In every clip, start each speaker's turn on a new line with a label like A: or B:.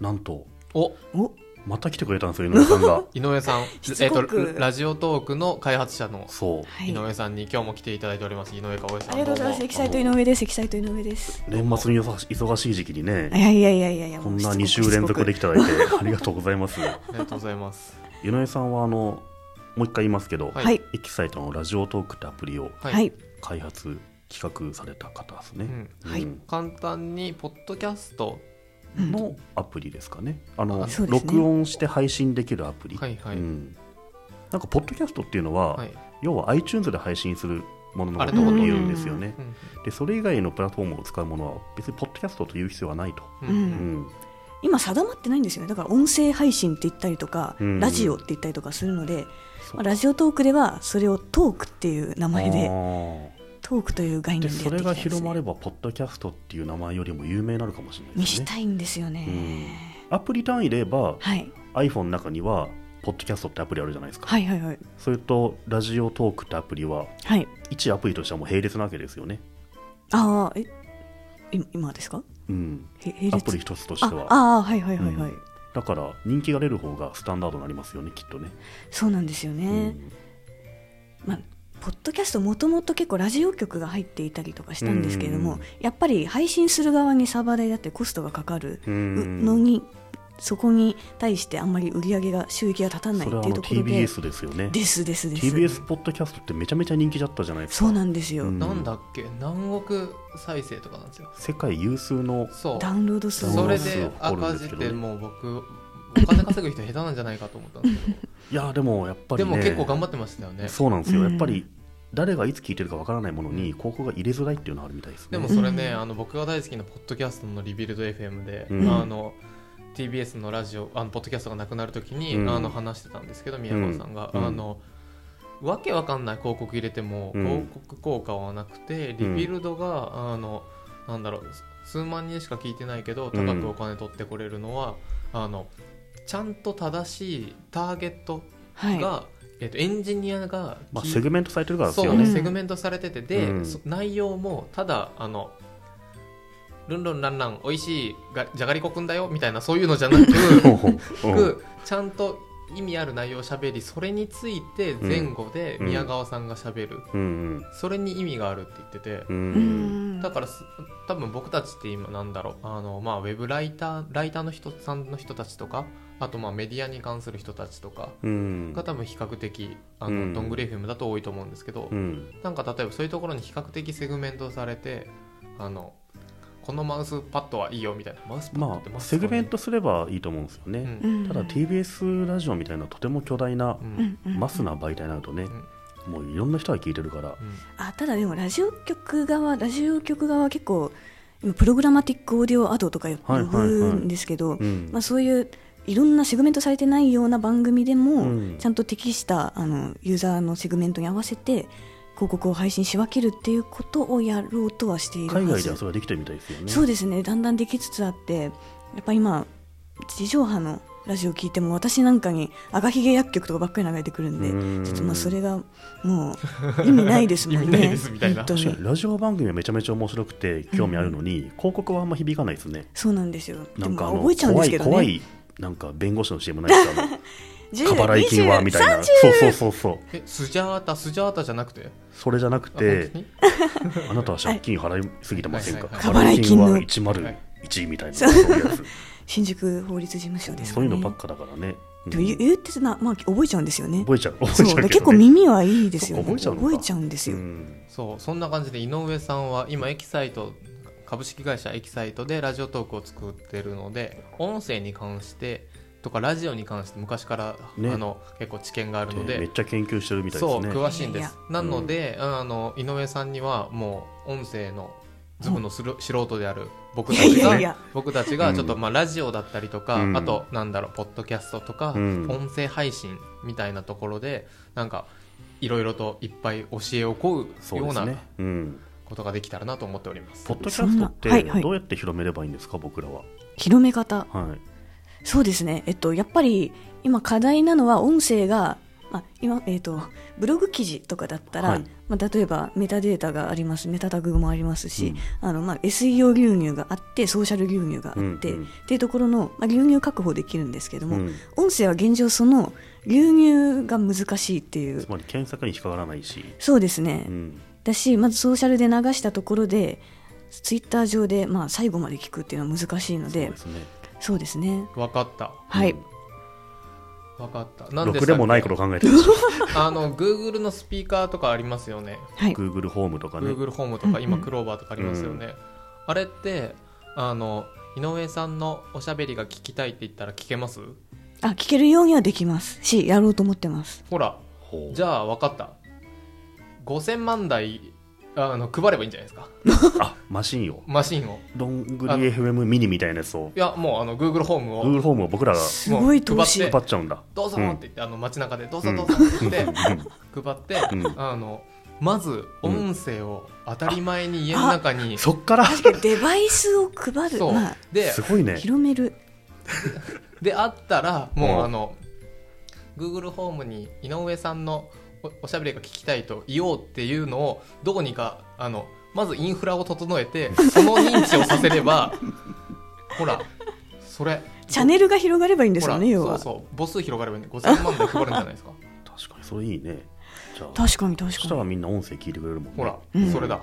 A: なんと
B: お
C: お
A: また来てくれたんですよ井上さん が
B: 井上さん、
C: しつ
B: えっ
C: ことく
B: ラジオトークの開発者の
A: そう
C: はい
B: 井上さんに今日も来ていただいております井上かおえさん
C: ありがとうございます
B: ど
C: 積載と井上です積載と井上です
A: 年末に忙し忙しい時期にね
C: いやいやいやいやいや
A: こ
C: も
A: ん
C: う
A: な2
C: しつこ
A: 週
C: く
A: 連続でいただいて ありがとうございます
B: うもありがとうございます
A: 井上さんはあのもう一回言いますけど、
B: は
C: はい
A: 一期サイトのラジオトークってアプリを
C: はい、はい、
A: 開発企画された方ですね、
B: うん
C: はい
A: うん
B: 簡単にポッドキャスト
A: のアプリですかねあの
C: そうですね
A: 録音して配信できるアプリ、
B: はいはい
A: うんなんかポッドキャストっていうのは、
B: はい、
A: 要は iTunes で配信するものの
B: あ
A: こ
B: れ
A: と
B: の
A: を
B: ことを
A: 言うんですよね
B: うん
A: でそれ以外のプラットフォームを使うものは別にポッドキャストという必要はないと、
B: う
C: うん
B: ん
A: うん
C: 今定まってないんですよねだから音声配信って言ったりとか、
A: うん
C: ラジオって言ったりとかするので、
A: そう
C: まあ、ラジオトークではそれをトークっていう名前
A: あ
C: で
A: ー
C: トークという概
A: で
C: 念でやっ
A: そ
C: てい
A: れ
C: きた
A: が
C: いです、ね、
A: 広まればポッドキャストっていう名前よりも有名になるかもしれない
C: に
A: です
C: し
A: ね
C: たいんですよね、
A: アプリ単位で言えば
C: はい
A: iPhone の中にはポッドキャストってアプリあるじゃないですか、
C: はいはいはい
A: それとラジオトークってアプリは
C: はい
A: 一アプリとしてはもう並列なわけですよね、
C: ああえい今ですか
A: うん、
C: へ並列
A: アプリ一つとして
C: あ
A: は
C: あーはいはいはいはい、
A: うんだから人気が出る方がスタンダードになりますよねきっとね、
C: そうなんですよね、
A: うん
C: まあ、ポッドキャストもともと結構ラジオ局が入っていたりとかしたんですけれども、
A: うん
C: やっぱり配信する側にサーバー代だってコストがかかる
A: うん
C: のに、そこに対してあんまり売り上げが収益が立たない
A: それはあ
C: っていう
A: の
C: ところで
A: TBS ですよね
C: ですですです
A: TBS ポッドキャストってめちゃめちゃ人気だったじゃないですか
C: そうなんですよ、
A: うん
B: なんだっけ何億再生とかなんですよ
A: 世界有数の
B: そう
C: ダウンロード数
A: ダウン
B: そ
A: ロー
B: れ
A: ド数
B: で
A: を誇るん
B: 赤
A: です
B: 字
A: けどね
B: でもう僕お金稼ぐ人下手なんじゃないかと思ったんですけど
A: いやでもやっぱ
B: で
A: り、ね、
B: も結構頑張ってましたよね
A: そうなんですよ、
C: うん
A: やっぱり誰がいつ聞いてるかわからないものに
B: うん
A: 広告が入れづらいっていうのはあるみたいですね
B: でもそれね、
C: うん
B: あの僕が大好きなポッドキャストのリビルド FM で、
A: うん
B: あの TBS のラジオあのポッドキャストがなくなるときに、
A: うん
B: あの話してたんですけど宮川さんが、
A: うん
B: あのわけわかんない広告入れても、
A: うん
B: 広告効果はなくてリビルドが、あのなんだろう数万人しか聞いてないけど高くお金取ってこれるのは、あのちゃんと正しいターゲット
C: はい
B: が、えっと、エンジニアが
A: まあ、
B: 聞い
A: セグメントされてるからですよ
B: そう、
A: ね
B: セグメントされててで、
A: うん
B: そ内容もただあのルンルンランラン美味しいがじゃがりこくんだよみたいなそういうのじゃなく
A: うんうん
B: ちゃんと意味ある内容をしゃべりそれについて前後で
A: うん
B: 宮川さんがしゃべる、
A: うん
B: それに意味があるって言ってて
A: う
C: うんん
B: だからす多分僕たちって今なんだろうあの、まあ、ウェブライターライターの人さんの人たちとかあとまあメディアに関する人たちとか
A: うん
B: が多分比較的あ
A: うん
B: のどんぐり FM だと多いと思うんですけど、
A: うん
B: なんか例えばそういうところに比較的セグメントされてあのこのマウスパッドはいいよみたいなマウスパッドっ
A: ま
B: て
A: あ
B: マウス
A: セグメントすればいいと思うんですよ
B: う
A: ね、
C: うんん
A: ただ TBS ラジオみたいなとても巨大な
B: う
C: うんんうん
A: マスな媒体になるとね、もういろんな人が聞いてるから、
C: あただでもラジオ局側ラジオ局側は結構今プログラマティックオーディオアドとか呼
A: はいはいはい
C: ぶんですけど、
A: うん
C: まあ、そういういろんなセグメントされてないような番組でも、
A: うん
C: ちゃんと適したあのユーザーのセグメントに合わせて広告を配信し分けるっていうことをやろうとはしているはず
A: 海外ではそれができてるみたいですよね
C: そうですねだんだんできつつあってやっぱ今地上波のラジオ聞いても私なんかに赤ひげ薬局とかばっかり流れてくるんで
A: うん
C: ちょっとまあそれがもう意味ないですも ん
B: 意味
C: ね
B: ないですみたいな
C: 本当に
A: 確かにラジオ番組はめちゃめちゃ面白くて興味あるのに、広告はあんま響かないですね
C: そうなんですよ
A: なんかあ
C: で
A: の
C: も覚えちゃうんで
A: 怖
C: すけ
A: い
C: ど
A: 怖
C: ね
A: いなんか弁護士の CM ないですかあの
C: 10
A: 過払い金はみたいな
C: 20
A: そうそうそうそう
B: えスジャータスジャータじゃなくて
A: それじゃなく
B: あ
A: て
B: 本
A: あなたは借金払いすぎてませんか、
B: はい
C: はいはい
A: 過払い金は
C: 過払い
A: 101みたいなそういうや
C: 新宿法律事務所で
A: つ
C: す
A: そ
C: か
A: うい
C: ね
A: うのばっかだからね、うん
C: でも言言ってな、まあ、覚えちゃうんですよね。
A: 覚えちゃう覚え
C: そう
A: ちゃうけど、ね、
C: 結構耳はいいですよね。
A: そうか覚えちゃうのか
C: んですよ。
A: うん
B: 当にそうそんな感じで井上さんは今エキサイト株式会社エキサイトでラジオトークを作ってるので音声に関してとかラジオに関して昔から、
A: ね
B: あの結構知見があるの
A: でめ
B: で
A: っちゃ研究してるみたいで
B: そう
A: すね
B: 詳しいんで
C: いや
B: す
C: い
B: なので、あの井上さんにはもう音声のズブのする素人である僕たちが
C: いやいやいや
B: 僕たちがちょっと、
A: う
B: まあ、ラジオだったりとか、
A: うん
B: あとなんだろうポッドキャストとか、
A: うん
B: 音声配信みたいなところでなんかいろいろといっぱい教えを請
A: そうう
B: よ
A: で
B: う
A: す
B: な
A: ね、うん、
B: ことができたらなと思っております。
A: ポッドキャストっ
C: そんなはいは
A: て
C: い
A: どうやって広めればいいんですか僕らは、
C: 広め方。
A: は
C: そうですね。えっと、やっぱり今課題なのは音声がまあ今えー、とブログ記事とかだったら、
A: はい
C: まあ、例えばメタデータがありますメタタグもありますし、
A: う
C: あのまあ、SEO 流入があってソーシャル流入があって、
A: うんうん
C: っていうところの、まあ、流入確保できるんですけども、
A: うん
C: 音声は現状その流入が難しいっていう
A: つまり検索に引っかからないし、
C: そうですね、
A: うん
C: だしまずソーシャルで流したところでツイッター上で、まあ、最後まで聞くっていうのは難しいので
A: そうですね
C: そうですね
B: 分かった
C: はい、
B: 分かった
A: ろ
B: 何で
A: くでもないこと考えてるし
B: あの Google のスピーカーとかありますよね
C: はい
A: Google ホームとかね
B: Google ホームとか
C: うん
B: 今クローバーとかありますよね、あれってあの井上さんのおしゃべりが聞きたいって言ったら聞けます
C: あ聞けるようにはできますしやろうと思ってます
B: ほら
A: ほう
B: じゃあ分かった5000万台あの配ればいいんじゃないですか
A: あマシンを
B: マシンを
A: どんぐり FM ミニみたいなやつを
B: いやもうあの Google ホームを
A: Google ホームを僕らが
C: すごい投資
B: もう
A: 配っちゃうんだ
B: どうぞ
A: う
B: っ
A: ん
B: て言って、あの街中でどうぞどうぞって言って配って、
A: うん
B: あのまず音声を当たり前に家の中 に、
A: そっから
C: 確かにデバイスを配る、
B: そう
C: まあ、
B: です
A: ごいね
C: 広める
B: であったらもう、
A: うん
B: あの Google ホームに井上さんのおおしゃべりが聞きたいと言おうっていうのをどこにかあのまずインフラを整えてその認知をさせれば ほらそれ
C: チャンネルが広がればいいんですよね
B: ほ
C: 要
B: ら
C: は
B: そうそう母数広がればいいんで5000万で配るんじゃないですか
A: 確かにそれいいねじゃあ
C: 確かに
A: そ
C: 確
A: した
C: からに
A: みんな音声聞いてくれるもんね
B: ほら、
C: うん
B: それだ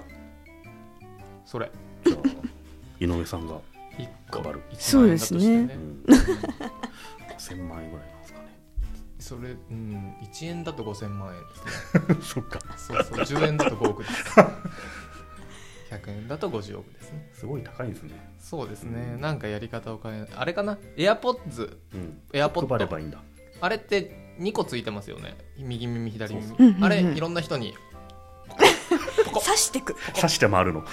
B: それ
A: じゃあ井上さんが、
B: 一個
A: 配る
B: 一万円だとして
A: う
B: ね
A: ん、1000万円ぐらいなんですかね
B: それ、うん、1円だと5000万円です
A: そ
B: ね
A: っか
B: そうそう10円だと5億です 100円だと50億ですね
A: すごい高いですね、
B: そうです
A: う
B: ね
A: ん
B: なんかやり方を変えあれかな AirPods
A: うん、
B: AirPod
A: 配ればいいんだ
B: あれって2個ついてますよね右耳左耳
A: そう
C: そううんうんうん
B: あれいろんな人にこ
C: 刺してく
A: 刺して回るの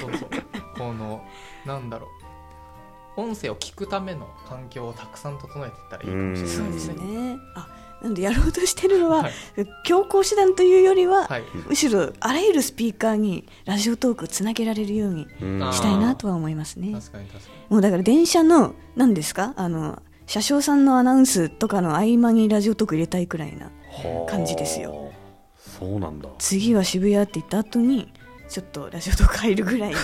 B: そうそうこのなんだろう音声を聞くための環境をたくさん整えていったらいいかもしれ
C: そう
B: ないで
C: ですす
B: ね。
C: ねあなんでやろうとしてるのは、
B: はい
C: 強行手段というよりは、
B: はい、
C: むしろあらゆるスピーカーにラジオトークをつなげられるように
A: うん
C: したいなとは思いますね
B: 確かに確かに
C: もうだから電車の何ですかあの車掌さんのアナウンスとかの合間にラジオトーク入れたいくらいな
A: はあ
C: 感じですよ
A: そうなんだ
C: 次は渋谷って言った後にちょっとラジオトーク入るぐらい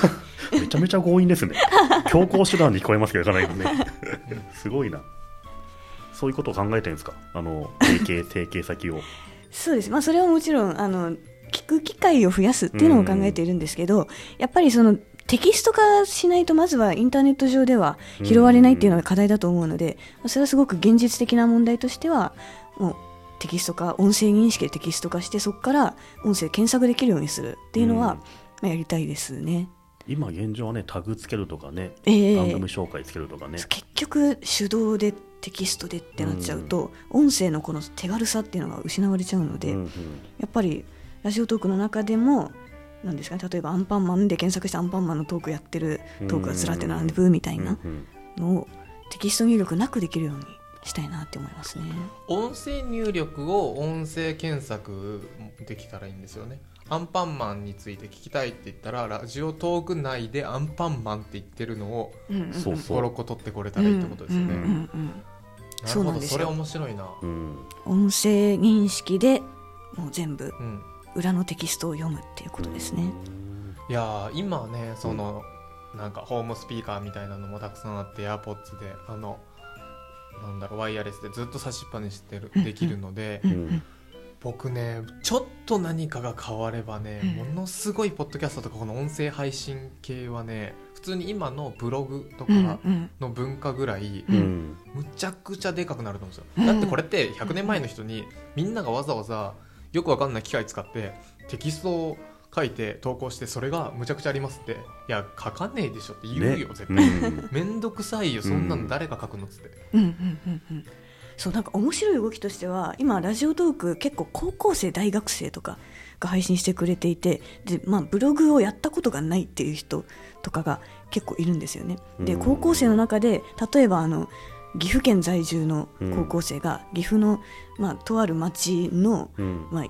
A: めちゃめちゃ強引ですね 強行手段に聞こえますけどいかないもんね すごいなそういうことを考えてるんですかあの提携 提携先を
C: そうですまあそれはもちろんあの聞く機会を増やすっていうのを考えているんですけど、やっぱりそのテキスト化しないとまずはインターネット上では拾われないっていうのが課題だと思うので、まあそれはすごく現実的な問題としてはもうテキスト化音声認識でテキスト化してそこから音声検索できるようにするっていうのは、
A: うん
C: まあ、やりたいですね。
A: 今現状はねタグつけるとかね、
C: ええ
A: 番組紹介つけるとかね
C: そう結局手動でテキストでってなっちゃうと、音声のこの手軽さっていうのが失われちゃうので、
A: うんうん
C: やっぱりラジオトークの中でもなんですかね例えば「アンパンマン」で検索してアンパンマンのトークやってるトークがずらって並んでブーみたいな
A: うんうん
C: のをテキスト入力なくできるようにしたいなって思いますね。
B: 音声入力を音声検索できたらいいんですよねアンパンマンについて聞きたいって言ったらラジオトーク内でアンパンマンって言ってるのを
C: うんうん
A: そう
B: 5、6個取ってこれたらいいってことですよね、
C: うんうんうん
B: な
C: そ
B: る
C: うな
B: ほ
C: ん
B: ど
C: です
B: そ
C: よ
B: れ面白いな
A: うん
C: うん音声認識でもう全部
B: うん
C: 裏のテキストを読むっていうことですね。
B: いやー今ねその、なんかホームスピーカーみたいなのもたくさんあって AirPods であのなんだろうワイヤレスでずっと差しっぱにして る
C: うんうん
B: できるので、
A: ん
C: うん
B: 僕ねちょっと何かが変わればね、
C: うん
B: ものすごいポッドキャストとかこの音声配信系はね普通に今のブログと
C: うんうん
B: か
C: うん
B: の文化ぐらい、
A: うん
B: むちゃくちゃでかくなると思うんです
C: う
B: よ
C: ん
B: だってこれって100年前の人にみんながわざわざよくわかんない機械使ってテキストを書いて投稿してそれがむちゃくちゃありますっていや書かねえでしょって言うよ、
A: ね
B: 絶
A: う
B: 対、
A: ん
B: めんどくさいよそんなの誰が書くのっつって、
C: うんうんうんうんそうなんか面白い動きとしては今ラジオトーク結構高校生大学生とかが配信してくれていてで、まあ、ブログをやったことがないっていう人とかが結構いるんですよね。で
A: うん
C: 高校生の中で例えばあの岐阜県在住の高校生が岐阜の、まあ、とある町の、
A: うん
C: まあ、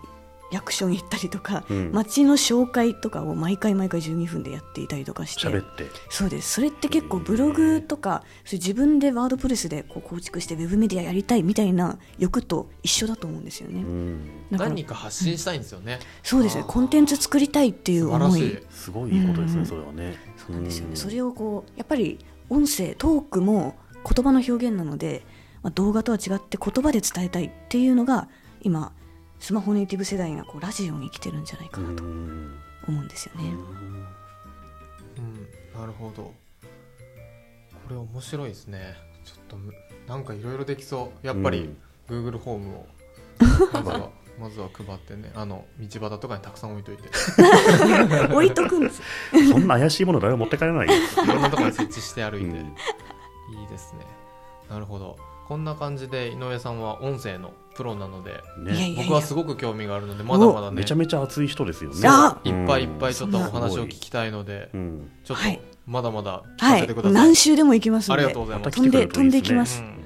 C: 役所に行ったりとか、
A: うん
C: 街の紹介とかを毎回毎回12分でやっていたりとかして
A: 喋って
C: そうですそれって結構ブログとかそういう自分でワードプレスでこう構築してウェブメディアやりたいみたいな欲と一緒だと思うんですよね、
A: うん
C: だから
B: 何か発信したいんですよね、
C: そうですねコンテンツ作りたいっていう
B: 素晴ら
C: 思
B: し
C: い
B: い
A: すごいいいことです
C: う
A: ね
C: ん
A: それはね
C: そうなんですよね、
A: うん
C: それをこうやっぱり音声トークも言葉の表現なので、まあ、動画とは違って言葉で伝えたいっていうのが今スマホネイティブ世代がこうラジオに来てるんじゃないか
A: う
C: なと
A: ん
C: 思うんですよね。
B: うんなるほどこれ面白いですねちょっとむなんかいろいろできそうやっぱ
A: う
B: り
A: ん
B: Google ホーム をまずはまずは配ってねあの道端とかにたくさん置いといて
C: 置いとくんですよ
A: そんな怪しいもの誰も持って帰ら ないよ、
B: いろんなところに設置して歩いて、
A: うん
B: いいですねなるほどこんな感じで井上さんは音声のプロなので
A: ね
C: いやいや
B: 僕はすごく興味があるのでまだまだね
A: めちゃめちゃ熱い人ですよね
C: いや
B: いっぱいいっぱいちょっとお
A: そんな
B: 話を聞きたいので
A: うん
B: ちょっと
C: はい
B: まだまだ聞か
C: は
B: せ
C: い
B: てください、
C: 何週でも行きますの
B: あり
C: で
B: がとうございます
A: また来てくれるといいですね
C: 飛んで飛んできます
B: うん